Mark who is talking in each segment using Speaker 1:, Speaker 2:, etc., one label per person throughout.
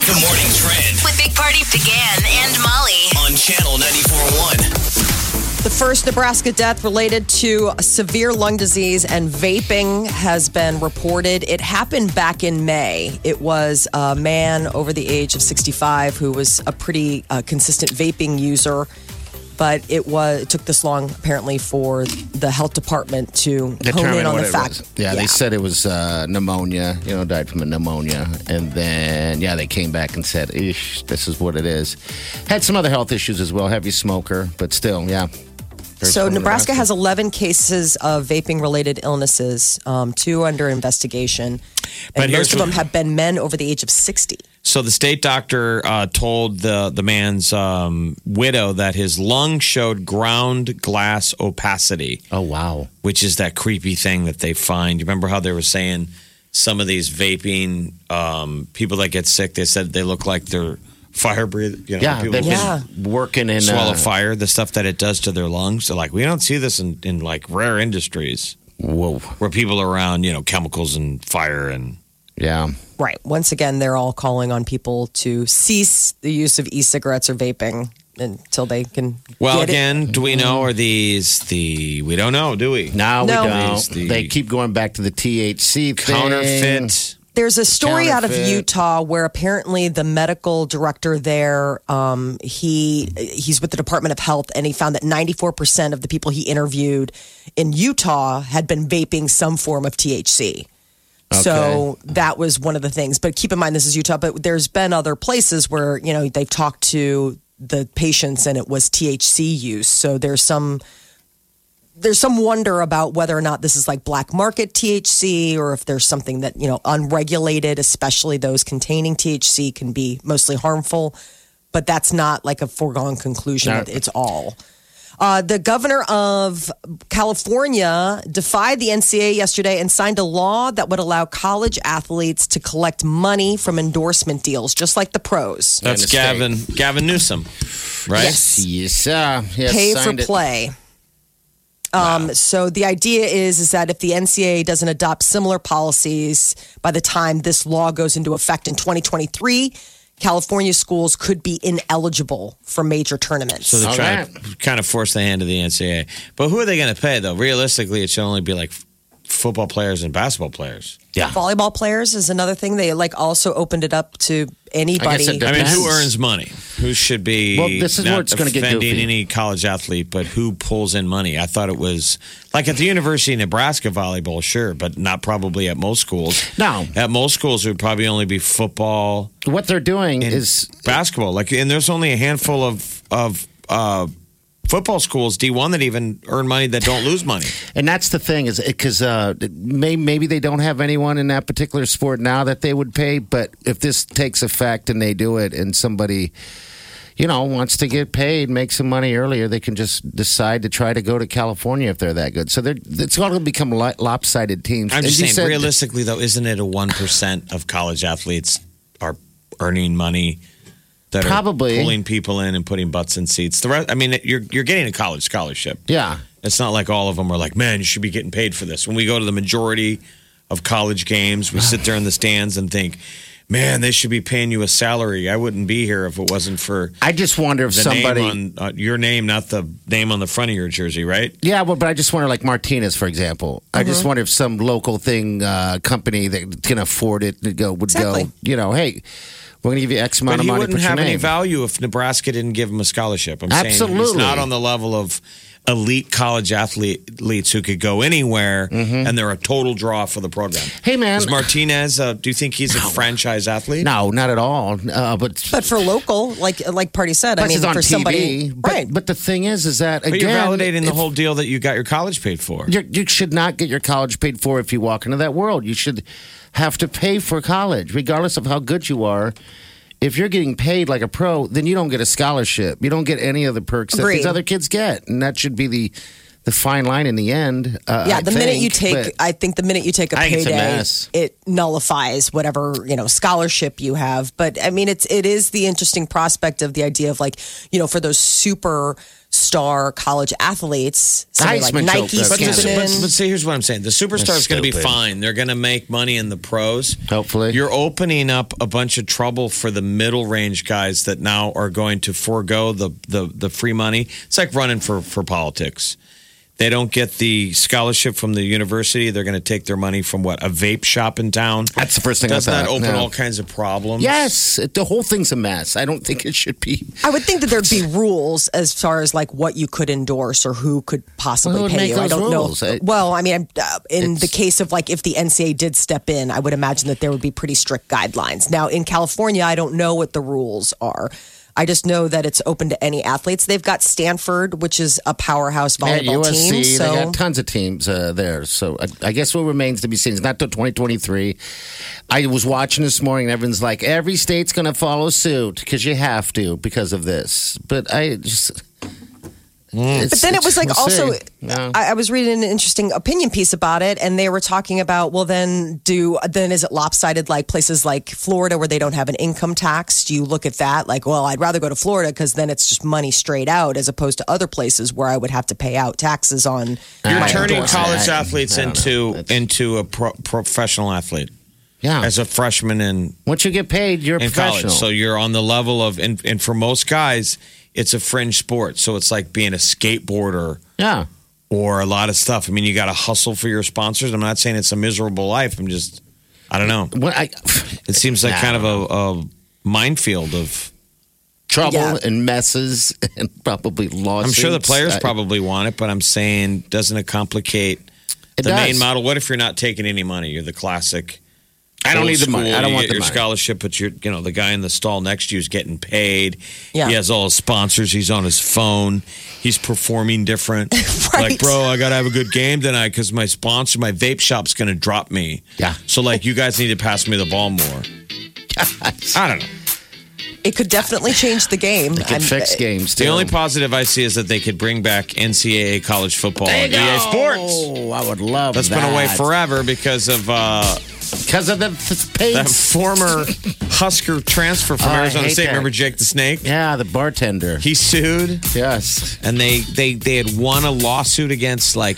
Speaker 1: The morning trend
Speaker 2: With Big Party began and Molly.
Speaker 1: on channel 94.1.
Speaker 3: The first Nebraska death related to severe lung disease and vaping has been reported. It happened back in May. It was a man over the age of 65 who was a pretty uh, consistent vaping user, but it was it took this long apparently for the health department to hone in
Speaker 4: Determine
Speaker 3: on the
Speaker 4: what it
Speaker 3: fact.
Speaker 4: was. Yeah, they said it was uh, pneumonia. You know, died from a pneumonia, and then yeah, they came back and said, "Ish, this is what it is." Had some other health issues as well. Heavy smoker, but still, yeah.
Speaker 3: So Nebraska has 11 cases of vaping-related illnesses, um, two under investigation, and
Speaker 5: But here's
Speaker 3: most of them
Speaker 5: what-
Speaker 3: have been men over the age of 60.
Speaker 5: So the state doctor uh, told the the man's um, widow that his lung showed ground glass opacity,
Speaker 4: Oh wow.
Speaker 5: which is that creepy thing that they find. You remember how they were saying some of these vaping um, people that get sick? They said they look like they're fire breathing. You know,
Speaker 4: Yeah,
Speaker 5: people
Speaker 4: they've
Speaker 3: Yeah.
Speaker 4: been working in
Speaker 5: swallow
Speaker 4: uh,
Speaker 5: fire. The stuff that it does to their lungs. They're like, we don't see this in, in like rare industries
Speaker 4: Whoa.
Speaker 5: where people are around, you know, chemicals and fire and
Speaker 4: Yeah.
Speaker 3: Right. Once again, they're all calling on people to cease the use of e-cigarettes or vaping until they can.
Speaker 5: Well,
Speaker 3: get it.
Speaker 5: again, do we know? Are these the we don't know? Do we?
Speaker 4: Now
Speaker 3: No.
Speaker 4: we don't.
Speaker 5: It's the-
Speaker 4: they keep going back to the THC thing.
Speaker 5: counterfeit.
Speaker 3: there's a story out of
Speaker 4: Counterfeit.
Speaker 3: Utah where apparently the medical director there, um, he he's with the Department of Health, and he found that 94 percent of the people he interviewed in Utah had been vaping some form of THC. So that was one of the things. But keep in mind, this is Utah, but there's been other places where, you know, they've talked to the patients and it was THC use. So there's some. There's some wonder about whether or not this is like black market THC or if there's something that, you know, unregulated, especially those containing THC can be mostly harmful. But that's not like a foregone conclusion
Speaker 4: No.
Speaker 3: that it's all. Uh, the governor of California defied the NCAA yesterday and signed a law that would allow college athletes to collect money from endorsement deals, just like the pros.
Speaker 5: That's Gavin Gavin Newsom, right?
Speaker 4: Yes, sir. Yes,
Speaker 3: pay for
Speaker 4: signed it.
Speaker 3: play. Um, So the idea is is that if the NCAA doesn't adopt similar policies by the time this law goes into effect in 2023, California schools could be ineligible for major tournaments.
Speaker 5: So they're
Speaker 4: All
Speaker 5: trying to kind of force the hand of the NCAA. But who are they going to pay though? Realistically, it should only be like f- football players and basketball players.
Speaker 4: Yeah.
Speaker 3: volleyball players is another thing. They like also opened it up to anybody.
Speaker 4: it
Speaker 5: I mean, who
Speaker 4: Depends.
Speaker 5: earns money? Who should be?
Speaker 4: Well, this is
Speaker 5: not
Speaker 4: where it's gonna get
Speaker 5: offending
Speaker 4: goofy.
Speaker 5: any college athlete, but who pulls in money? I thought it was like at the University of Nebraska volleyball, sure, but not probably at most schools.
Speaker 4: No.
Speaker 5: at most schools, it would probably only be football.
Speaker 4: What they're doing is
Speaker 5: basketball. Like, and there's only a handful of of uh, football schools D one that even earn money that don't lose money.
Speaker 4: And that's the thing is because uh, may, maybe they don't have anyone in that particular sport now that they would pay, but if this takes effect and they do it, and somebody, you know, wants to get paid, make some money earlier, they can just decide to try to go to California if they're that good. So they're, it's all going to become li- lopsided teams.
Speaker 5: I'm
Speaker 4: And
Speaker 5: just
Speaker 4: you
Speaker 5: saying,
Speaker 4: said-
Speaker 5: realistically though, isn't it a one percent of college athletes are earning money that
Speaker 4: Probably.
Speaker 5: are pulling people in and putting butts in seats? The rest, I mean, you're you're getting a college scholarship.
Speaker 4: Yeah.
Speaker 5: It's not like all of them are like, man, you should be getting paid for this. When we go to the majority of college games, we sit there in the stands and think, man, they should be paying you a salary. I wouldn't be here if it wasn't for
Speaker 4: I just wonder if
Speaker 5: the
Speaker 4: somebody.
Speaker 5: name on uh, your name, not the name on the front of your jersey, right?
Speaker 4: Yeah, well, but I just wonder, like Martinez, for example. I
Speaker 3: Mm-hmm.
Speaker 4: just wonder if some local thing uh, company that can afford it to go would
Speaker 3: Exactly.
Speaker 4: go. You know, hey, we're going to give you X amount
Speaker 5: But
Speaker 4: of
Speaker 5: he
Speaker 4: money.
Speaker 5: wouldn't
Speaker 4: put your
Speaker 5: have any
Speaker 4: name."
Speaker 5: value if Nebraska didn't give him a scholarship. I'm saying he's
Speaker 4: Absolutely.
Speaker 5: not on the level of elite college athlete- athletes who could go anywhere and they're a total draw for the program.
Speaker 4: Mm-hmm. Hey, man.
Speaker 5: Is Martinez, uh, do you think he's a franchise athlete?
Speaker 4: No, not at all. Uh, but
Speaker 3: but for local, like like Party said, I
Speaker 4: plus
Speaker 3: mean,
Speaker 4: it's on
Speaker 3: for
Speaker 4: TV.
Speaker 3: somebody,
Speaker 4: but,
Speaker 3: right?
Speaker 4: but the thing is, is that
Speaker 5: But
Speaker 4: again,
Speaker 5: you're validating the
Speaker 4: if-
Speaker 5: whole deal that you got your college paid for.
Speaker 4: you're- You should not get your college paid for if you walk into that world. You should have to pay for college, regardless of how good you are. if you're getting paid like a pro, then you don't get a scholarship. You don't get any of the perks that
Speaker 3: Agreed.
Speaker 4: these other kids get, and that should be the the fine line in the end. Uh,
Speaker 3: yeah,
Speaker 4: I
Speaker 3: the minute you
Speaker 4: think,
Speaker 3: take, I think the minute you take a
Speaker 4: I think it's a
Speaker 3: payday,
Speaker 4: mess.
Speaker 3: it nullifies whatever you know scholarship you have. But I mean, it's it is the interesting prospect of the idea of like you know for those super star college athletes, somebody like
Speaker 4: Heisman
Speaker 3: Nike
Speaker 4: Trophy.
Speaker 5: But,
Speaker 4: Scooping
Speaker 5: this-
Speaker 3: swooping
Speaker 5: but,
Speaker 3: in.
Speaker 5: but see, here's what I'm saying: the superstars going to be
Speaker 4: stupid.
Speaker 5: fine. They're going to make money in the pros.
Speaker 4: Hopefully.
Speaker 5: you're opening up a bunch of trouble for the middle range guys that now are going to forego the the, the free money. It's like running for for politics. They don't get the scholarship from the university. They're going to take their money from what a vape shop in town.
Speaker 4: That's the first thing I
Speaker 5: Doesn't that
Speaker 4: thought,
Speaker 5: open
Speaker 4: yeah.
Speaker 5: all kinds of problems?
Speaker 4: Yes, it- the whole thing's a mess. I don't think it should be.
Speaker 3: I would think that there'd be rules as far as like what you could endorse or who could possibly
Speaker 4: Well, who would
Speaker 3: pay you.
Speaker 4: make
Speaker 3: I
Speaker 4: those
Speaker 3: don't
Speaker 4: rules?
Speaker 3: know.
Speaker 4: I-
Speaker 3: well, I mean, uh, in the
Speaker 4: It's-
Speaker 3: case of like if the NCAA did step in, I would imagine that there would be pretty strict guidelines. Now in California, I don't know what the rules are. I just know that it's open to any athletes. They've got Stanford, which is a powerhouse
Speaker 4: At
Speaker 3: volleyball
Speaker 4: USC,
Speaker 3: team.
Speaker 4: they
Speaker 3: So
Speaker 4: got tons of teams uh, there. So I, I guess what remains to be seen is not till 2023. I was watching this morning, and everyone's like, every state's going to follow suit because you have to because of this. But I just.
Speaker 5: Mm.
Speaker 3: But then it was like also, I, I was reading an interesting opinion piece about it, and they were talking about, well, then do then is it lopsided like places like Florida where they don't have an income tax? Do you look at that like, well, I'd rather go to Florida because then it's just money straight out, as opposed to other places where I would have to pay out taxes on.
Speaker 5: you're
Speaker 4: I
Speaker 5: turning
Speaker 4: endorse it.
Speaker 5: college
Speaker 4: I-
Speaker 5: athletes
Speaker 4: I don't know.
Speaker 5: into
Speaker 4: That's-
Speaker 5: into a pro- professional athlete
Speaker 4: yeah.
Speaker 5: as a freshman in
Speaker 4: Once you get paid, you're a
Speaker 5: in college.
Speaker 4: professional.
Speaker 5: So you're on the level of, and, and for most guys, it's a fringe sport. So it's like being a skateboarder
Speaker 4: yeah.
Speaker 5: or a lot of stuff. I mean, you got to hustle for your sponsors. I'm not saying it's a miserable life. I'm just, I don't know.
Speaker 4: What I,
Speaker 5: It seems like
Speaker 4: Nah,
Speaker 5: kind
Speaker 4: I
Speaker 5: of a, a minefield of.
Speaker 4: trouble
Speaker 3: Yeah.
Speaker 4: and messes and probably
Speaker 5: I'm
Speaker 4: lawsuits. Uh,
Speaker 5: sure the players
Speaker 4: I-
Speaker 5: probably want it, but I'm saying, doesn't it complicate
Speaker 4: it
Speaker 5: the
Speaker 4: does.
Speaker 5: main model? What if you're not taking any money? You're the classic.
Speaker 4: I don't
Speaker 5: old
Speaker 4: need the money.
Speaker 5: school,
Speaker 4: I don't
Speaker 5: you
Speaker 4: want
Speaker 5: get
Speaker 4: the
Speaker 5: your
Speaker 4: money.
Speaker 5: scholarship, but you're, you know, the guy in the stall next to you is getting paid.
Speaker 3: Yeah.
Speaker 5: He has all his sponsors. He's on his phone. He's performing different. Like,
Speaker 3: Right.
Speaker 5: bro, I got to have a good game tonight because my sponsor, my vape shop's going to drop me.
Speaker 4: Yeah.
Speaker 5: So, like, you guys need to pass me the ball more. I don't know.
Speaker 3: It could definitely change the game. uh,
Speaker 4: It can fix games.
Speaker 5: The
Speaker 4: too.
Speaker 5: only positive I see is that they could bring back NCAA college football
Speaker 4: There
Speaker 5: and
Speaker 4: you
Speaker 5: EA
Speaker 4: go.
Speaker 5: E Sports.
Speaker 4: Oh, I would love
Speaker 5: That's
Speaker 4: that.
Speaker 5: been away forever because of uh,
Speaker 4: because of the f- paid.
Speaker 5: that former Husker transfer from
Speaker 4: Oh, I
Speaker 5: Arizona
Speaker 4: hate
Speaker 5: State.
Speaker 4: that.
Speaker 5: Remember Jake the Snake?
Speaker 4: yeah, the bartender.
Speaker 5: He sued.
Speaker 4: yes,
Speaker 5: and they they they had won a lawsuit against like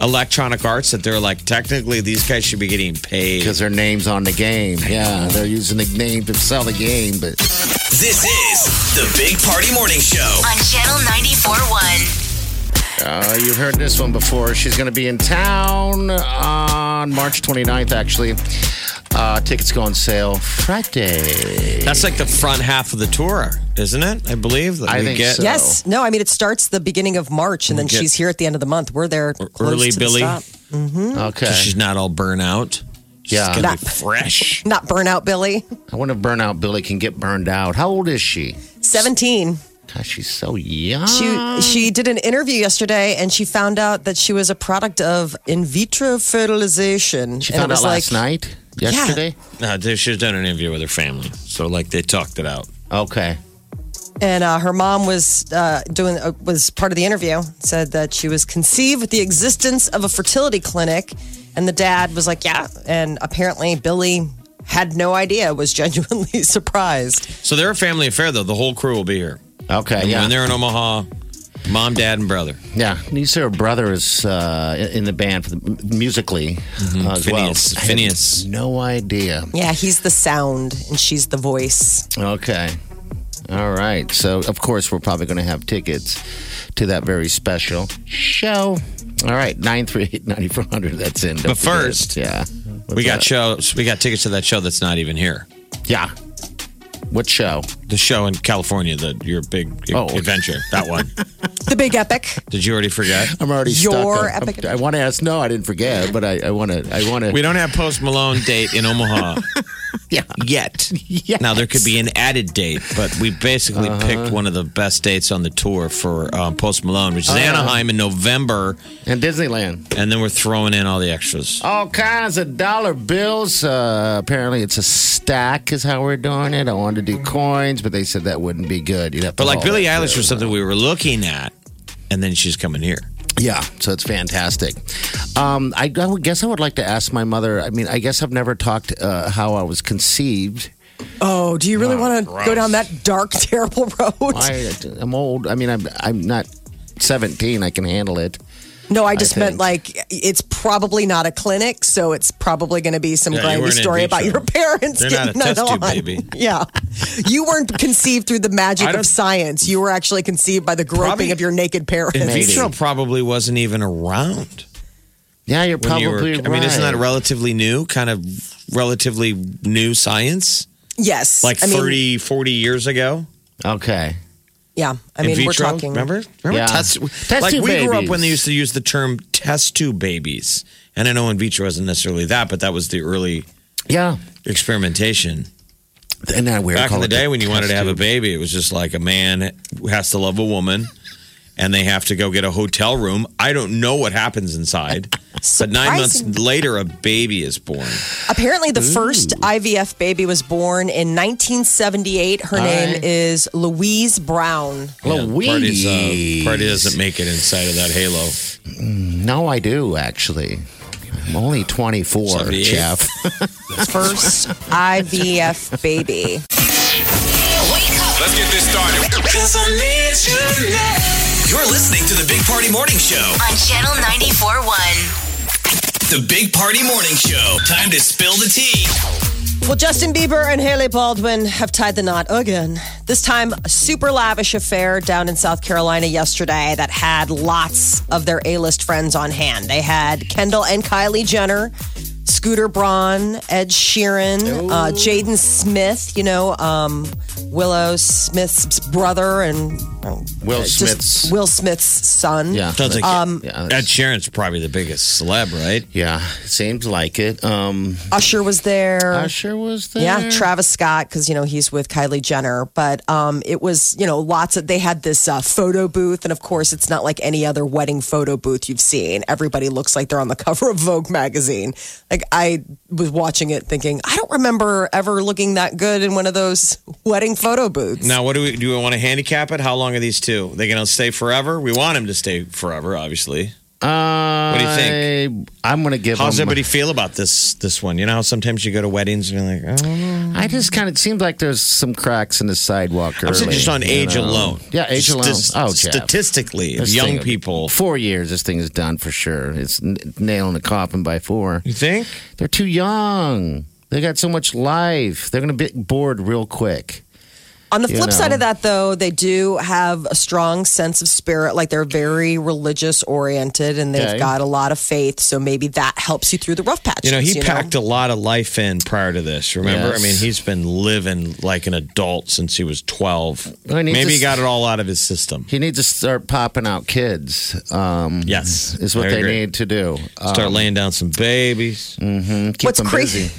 Speaker 5: electronic arts that they're like technically these guys should be getting paid
Speaker 4: because their name's on the game. Yeah, they're using the name to sell the game, but
Speaker 1: This is the Big Party Morning Show.
Speaker 2: on Channel 94.1.
Speaker 4: Uh, you've heard this one before. She's going to be in town on March 29th, actually. Uh, tickets go on sale Friday.
Speaker 5: that's like the front half of the tour isn't it i believe that
Speaker 4: I
Speaker 5: we
Speaker 4: think
Speaker 5: get
Speaker 4: so.
Speaker 3: Yes. No, I mean, it starts the beginning of March, and then
Speaker 5: Get-
Speaker 3: she's here at the end of the month. We're there. close
Speaker 5: early
Speaker 3: to the
Speaker 5: Billy.
Speaker 3: stop.
Speaker 4: Okay.
Speaker 5: Mm. she's not all burnout she's
Speaker 4: Yeah.
Speaker 5: gonna be
Speaker 3: Not-
Speaker 5: fresh
Speaker 3: Not burnout, Billy.
Speaker 4: I wonder if Burnout Billy can get burned out. How old is she?
Speaker 3: 17.
Speaker 4: Gosh, she's so young.
Speaker 3: She she did an interview yesterday, and she found out that she was a product of in vitro fertilization.
Speaker 4: She
Speaker 3: and
Speaker 4: found
Speaker 3: it
Speaker 4: out
Speaker 3: was
Speaker 4: last
Speaker 3: like,
Speaker 4: night, yesterday.
Speaker 5: no they- she's done an interview with her family so like they talked it out
Speaker 4: Okay.
Speaker 3: And uh, her mom was uh, doing uh, was part of the interview. Said that she was conceived with the existence of a fertility clinic, and the dad was like, "Yeah." And apparently, Billy had no idea. Was genuinely surprised.
Speaker 5: so they're a family affair though the whole crew will be here
Speaker 4: Okay.
Speaker 5: and
Speaker 4: Yeah.
Speaker 5: when they're in omaha mom dad and brother
Speaker 4: Yeah, Needs her brother is uh, in the band for the, musically uh, as
Speaker 5: Mm-hmm. Phineas.
Speaker 4: well. I had
Speaker 5: Phineas.
Speaker 4: no idea.
Speaker 3: Yeah, he's the sound, and she's the voice.
Speaker 4: Okay. All right. So, of course, we're probably going to have tickets to that very special show. All right. 938 9400. That's in.
Speaker 5: But first-
Speaker 4: Yeah.
Speaker 5: we
Speaker 4: What's
Speaker 5: got
Speaker 4: that?
Speaker 5: shows we got tickets to that show that's not even here
Speaker 4: Yeah. What show?
Speaker 5: the show in california the your big
Speaker 4: Oh.
Speaker 5: adventure that one
Speaker 3: The big epic.
Speaker 5: Did you already forget?
Speaker 4: I'm already
Speaker 3: Your
Speaker 4: stuck. I'm-
Speaker 3: epic-
Speaker 4: I want to ask. No, I didn't forget, but I want to. I want to.
Speaker 5: We don't have Post Malone date in Omaha.
Speaker 4: Yeah.
Speaker 5: yet.
Speaker 4: Yes.
Speaker 5: Now there could be an added date, but we basically
Speaker 4: Uh-huh.
Speaker 5: picked one of the best dates on the tour for um, Post Malone,
Speaker 4: Oh.
Speaker 5: which is Anaheim in November,
Speaker 4: And Disneyland.
Speaker 5: and then we're throwing in all the extras.
Speaker 4: all kinds of dollar bills. Uh, apparently, it's a stack is how we're doing it. I wanted to do coins, but they said that wouldn't be good. You'd have to
Speaker 5: But like
Speaker 4: haul
Speaker 5: Billie
Speaker 4: it
Speaker 5: Eilish
Speaker 4: through.
Speaker 5: was something we were looking at, and then she's coming here.
Speaker 4: Yeah, so it's fantastic. Um, I, I would guess I would like to ask my mother. I mean, I guess I've never talked uh, how I was conceived.
Speaker 3: Oh, do you really want to go down that dark, terrible road?
Speaker 4: I, I'm old. I mean, I'm I'm not 17. I can handle it.
Speaker 3: no, I just
Speaker 4: I
Speaker 3: meant
Speaker 4: think.
Speaker 3: like it's probably not a clinic, so it's probably going to be some
Speaker 5: Yeah,
Speaker 3: grindy
Speaker 5: you weren't in
Speaker 3: story about
Speaker 5: vitro.
Speaker 3: your parents
Speaker 5: They're not
Speaker 3: getting
Speaker 5: a test
Speaker 3: it
Speaker 5: tube
Speaker 3: on.
Speaker 5: baby.
Speaker 3: Yeah, you weren't conceived through the magic
Speaker 5: I
Speaker 3: of
Speaker 5: don't-
Speaker 3: science. You were actually conceived by the groping
Speaker 5: Probably-
Speaker 3: of your naked parents.
Speaker 5: In
Speaker 4: Maybe.
Speaker 5: vitro probably wasn't even around.
Speaker 4: Yeah, you're
Speaker 5: when
Speaker 4: probably.
Speaker 5: you were- I mean, isn't that
Speaker 4: right.
Speaker 5: relatively new, kind of relatively new science?
Speaker 3: Yes,
Speaker 5: Like
Speaker 3: I mean,
Speaker 5: 30, 40 years ago?
Speaker 4: okay?
Speaker 3: Yeah, I mean
Speaker 5: in
Speaker 3: we're
Speaker 5: vitro,
Speaker 3: talking.
Speaker 5: remember? Remember
Speaker 4: Yeah.
Speaker 5: test,
Speaker 4: Test
Speaker 5: like
Speaker 4: tube
Speaker 5: we grew up
Speaker 4: babies.
Speaker 5: when they used to use the term test tube babies. And I know in vitro isn't necessarily that, but that was the early
Speaker 4: Yeah,
Speaker 5: experimentation.
Speaker 4: and that weird.
Speaker 5: Back in
Speaker 4: call
Speaker 5: the
Speaker 4: it
Speaker 5: day when you wanted to
Speaker 4: test
Speaker 5: have a
Speaker 4: tube.
Speaker 5: baby, it was just like a man has to love a woman and they have to go get a hotel room. I don't know what happens inside. But nine months
Speaker 3: Surprising.
Speaker 5: later, a baby is born.
Speaker 3: Apparently, the first IVF baby was born in 1978. Her
Speaker 4: All
Speaker 3: name
Speaker 4: right.
Speaker 3: is Louise Brown.
Speaker 5: Party's, uh,
Speaker 4: Louise.
Speaker 5: party doesn't make it inside of that halo.
Speaker 4: No, I do actually. I'm only 24,
Speaker 5: Sorry.
Speaker 4: Jeff.
Speaker 3: First IVF baby.
Speaker 2: Wake up
Speaker 6: Let's get this started.
Speaker 1: You're listening to the Big Party Morning Show.
Speaker 2: on Channel 94.1.
Speaker 1: The Big Party Morning Show. Time to spill the tea.
Speaker 3: Well, Justin Bieber and Haley Baldwin have tied the knot again. This time, a super lavish affair down in South Carolina yesterday that had lots of their A list friends on hand. They had Kendall and Kylie Jenner, Scooter Braun, Ed Sheeran, uh, Jaden Smith, you know, um, Willow Smith's brother, and oh,
Speaker 4: Will
Speaker 3: just
Speaker 4: Smith's.
Speaker 3: Will Smith's son.
Speaker 4: yeah.
Speaker 5: Sounds like um,
Speaker 4: yeah,
Speaker 5: Ed Sheeran's probably the biggest celeb, right?
Speaker 4: yeah, seems like it. Um,
Speaker 3: Usher was there.
Speaker 4: Usher was there.
Speaker 3: Oh. Yeah, Travis Scott, because you know he's with Kylie Jenner. But um, it was you know lots of they had this uh, photo booth, and of course it's not like any other wedding photo booth you've seen. Everybody looks like they're on the cover of Vogue magazine. Like I was watching it, thinking I don't remember ever looking that good in one of those wedding photo booths.
Speaker 5: Now, what do we do? We want to handicap it. How long are these two? They gonna stay forever? We want them to stay forever, obviously.
Speaker 4: Uh,
Speaker 5: What do you think?
Speaker 4: I'm gonna give.
Speaker 5: How's
Speaker 4: him-
Speaker 5: everybody feel about this this one? You know how sometimes you go to weddings and you're like, oh.
Speaker 4: I just kind of it seemed like there's some cracks in the sidewalk.
Speaker 5: I'm saying
Speaker 4: early,
Speaker 5: just on
Speaker 4: you
Speaker 5: age
Speaker 4: know?
Speaker 5: alone.
Speaker 4: Yeah, age
Speaker 5: Sti-
Speaker 4: alone. Oh, Jeff.
Speaker 5: statistically,
Speaker 4: This
Speaker 5: young
Speaker 4: thing-
Speaker 5: people.
Speaker 4: Four years, this thing is done for sure. It's n- nail in the coffin by four.
Speaker 5: You think?
Speaker 4: They're too young. They got so much life. They're gonna be bored real quick.
Speaker 3: On the flip
Speaker 4: know.
Speaker 3: side of that, though, they do have a strong sense of spirit. Like they're very religious oriented, and they've
Speaker 4: Okay.
Speaker 3: got a lot of faith. So maybe that helps you through the rough patches.
Speaker 5: You know, he packed a lot of life in prior to this. Remember,
Speaker 4: Yes.
Speaker 5: I mean, he's been living like an adult since he was 12.
Speaker 4: Well, and he
Speaker 5: Maybe he
Speaker 4: just-
Speaker 5: got it all out of his system.
Speaker 4: He needs to start popping out kids. Um,
Speaker 5: Yes,
Speaker 4: is what
Speaker 5: I
Speaker 4: they
Speaker 5: agree.
Speaker 4: need to do. Um, Mm.
Speaker 5: Start laying down some babies.
Speaker 4: keep
Speaker 3: What's
Speaker 4: them
Speaker 3: crazy?
Speaker 4: busy.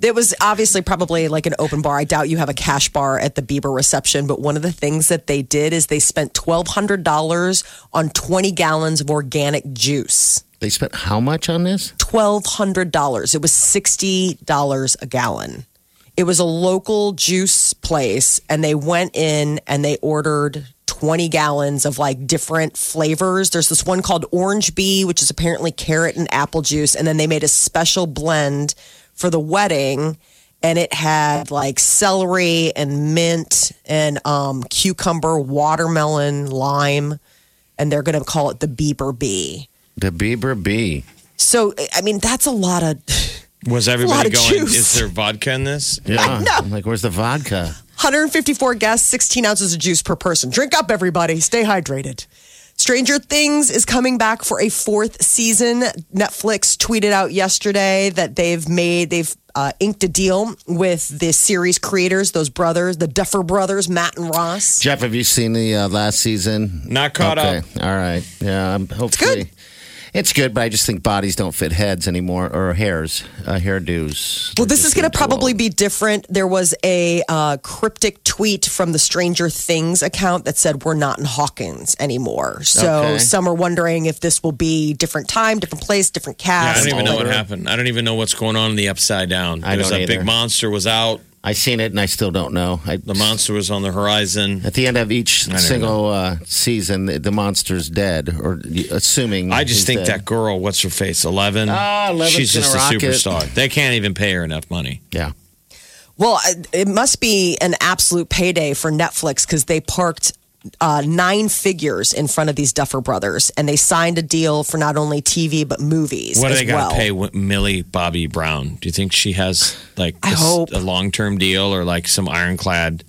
Speaker 3: It was obviously probably like an open bar. I doubt you have a cash bar at the Bieber reception, but one of the things that they did is they spent twelve hundred dollars on twenty gallons of organic juice.
Speaker 4: They spent how much on this?
Speaker 3: Twelve hundred dollars. It was sixty dollars a gallon. It was a local juice place, and they went in and they ordered. 20 gallons of like different flavors. There's this one called Orange Bee, which is apparently carrot and apple juice. And then they made a special blend for the wedding and it had like celery and mint and um, cucumber, watermelon, lime. And they're going to call it the Bieber Bee.
Speaker 4: The Bieber B.
Speaker 3: So, I mean, that's a lot of
Speaker 5: Was
Speaker 3: lot
Speaker 5: everybody
Speaker 3: of
Speaker 5: going,
Speaker 3: juice.
Speaker 5: is there vodka in this?
Speaker 4: Yeah.
Speaker 3: know.
Speaker 4: I'm like, where's the vodka?
Speaker 3: 154 guests, 16 ounces of juice per person. Drink up, everybody. Stay hydrated. Stranger Things is coming back for a fourth season. Netflix tweeted out yesterday that they've made, they've uh, inked a deal with the series creators, those brothers, the Duffer brothers, Matt and Ross.
Speaker 4: Jeff, have you seen the uh, last season?
Speaker 5: Not caught
Speaker 4: okay.
Speaker 5: up.
Speaker 4: All right. Yeah. I'm hopefully. It's good, but I just think bodies don't fit heads anymore or hairs, uh, hairdos.
Speaker 3: Well, this is going to probably be different. There was a uh, cryptic tweet from the Stranger Things account that said, We're not in Hawkins anymore. So
Speaker 4: Okay.
Speaker 3: some are wondering if this will be different time, different place, different
Speaker 5: I
Speaker 3: cast.
Speaker 5: don't even know what
Speaker 4: Smaller.
Speaker 5: happened. I don't even know what's going on in the upside down.
Speaker 4: I
Speaker 5: Because
Speaker 4: don't
Speaker 5: that big
Speaker 4: either.
Speaker 5: monster was out.
Speaker 4: I seen it and I still don't know. I,
Speaker 5: The monster was on the horizon.
Speaker 4: At the end of each
Speaker 5: don't
Speaker 4: single uh, season, the, the monster's dead, or y- assuming.
Speaker 5: I
Speaker 4: he's
Speaker 5: just think
Speaker 4: dead.
Speaker 5: that girl, what's her face, eleven?
Speaker 4: Ah, 11's
Speaker 5: she's
Speaker 4: gonna
Speaker 5: just a
Speaker 4: rock it.
Speaker 5: superstar. They can't even pay her enough money.
Speaker 4: Yeah.
Speaker 3: Well, I- it must be an absolute payday for Netflix because they parked uh, nine figures in front of these Duffer brothers, and they signed a deal for not only TV but movies.
Speaker 5: What do
Speaker 3: as
Speaker 5: they got to
Speaker 3: well.
Speaker 5: pay Wi- Millie Bobby Brown? Do you think she has like
Speaker 3: I
Speaker 5: a s-
Speaker 3: hope.
Speaker 5: a long term deal or like some ironclad?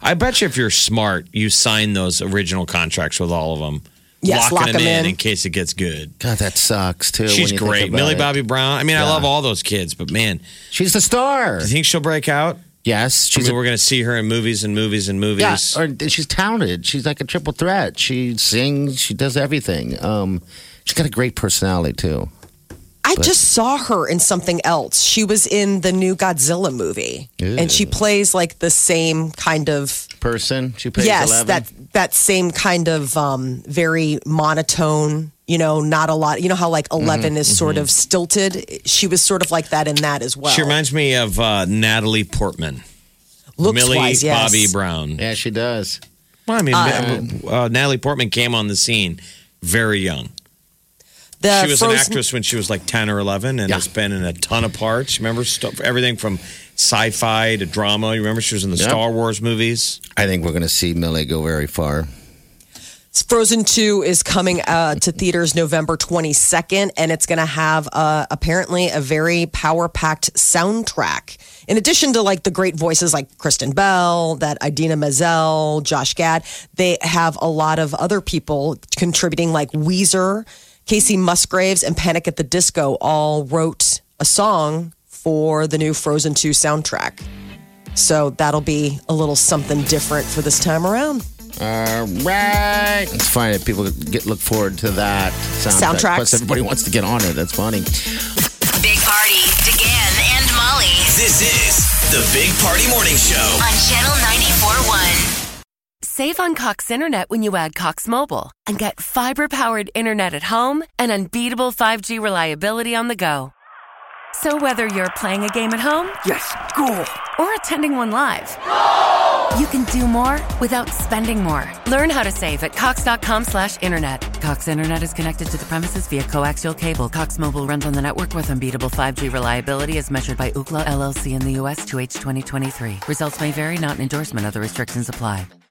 Speaker 5: I bet you if you're smart, you sign those original contracts with all of them.
Speaker 3: Yes,
Speaker 5: locking
Speaker 3: lock
Speaker 5: them
Speaker 3: 'em
Speaker 5: in,
Speaker 3: in.
Speaker 5: in case it gets good.
Speaker 4: God, that sucks too. when
Speaker 5: She's
Speaker 4: you think
Speaker 5: great,
Speaker 4: about
Speaker 5: Millie
Speaker 4: it.
Speaker 5: Bobby Brown. I mean, I love all those kids, but man,
Speaker 4: She's the star.
Speaker 5: do you think she'll break out?
Speaker 4: Yes,
Speaker 5: I
Speaker 4: she's.
Speaker 5: mean,
Speaker 4: a,
Speaker 5: we're going to see her in movies and movies and movies.
Speaker 4: yeah, or she's talented. She's like a triple threat. She sings. She does everything. Um, she's got a great personality too.
Speaker 3: I just saw her in something else. She was in the new Godzilla movie, and she plays like the same kind of
Speaker 4: Person. She plays
Speaker 3: yes,
Speaker 4: 11.
Speaker 3: that that same kind of um, very monotone. You know, not a lot. You know how like
Speaker 5: Mm-hmm,
Speaker 3: 11 is sort of stilted. She was sort of like that in that as well.
Speaker 5: She reminds me of uh, Natalie Portman,
Speaker 3: Looks
Speaker 5: Millie
Speaker 3: wise, yes.
Speaker 5: Bobby Brown.
Speaker 4: yeah, she does.
Speaker 5: Well, I mean, uh, Natalie Portman came on the scene very young.
Speaker 3: The
Speaker 5: she was an
Speaker 3: Frozen-
Speaker 5: actress when she was like 10 or 11 and
Speaker 4: Yeah.
Speaker 5: has been in a ton of parts. Remember stuff, everything from sci fi to drama. You remember she was in the
Speaker 4: Yeah.
Speaker 5: Star Wars movies?
Speaker 4: I think we're gonna see Millie go very far.
Speaker 3: Frozen 2 is coming uh, to theaters November 22nd, and it's going to have uh, apparently a very power packed soundtrack. In addition to like the great voices like Kristen Bell, that Idina Menzel, Josh Gad, they have a lot of other people contributing, like Weezer, Casey Musgraves, and Panic at the Disco all wrote a song for the new Frozen 2 soundtrack. So that'll be a little something different for this time around.
Speaker 4: All right. It's fine if people get look forward to that soundtrack.
Speaker 3: Soundtracks.
Speaker 4: Plus, everybody wants to get on it. That's funny.
Speaker 2: Big Party, DeGan and Molly
Speaker 1: This is the Big Party Morning Show.
Speaker 2: on Channel 94.1.
Speaker 6: Save on Cox Internet when you add Cox Mobile and get fiber powered internet at home and unbeatable 5G reliability on the go. So, whether you're playing a game at home, yes, cool, or attending one live, you can do more without spending more. Learn how to save at Cox.com slash internet. Cox Internet is connected to the premises via coaxial cable. Cox Mobile runs on the network with unbeatable 5G reliability as measured by Ookla LLC in the US to H2023. Results may vary, not an endorsement. Other restrictions apply.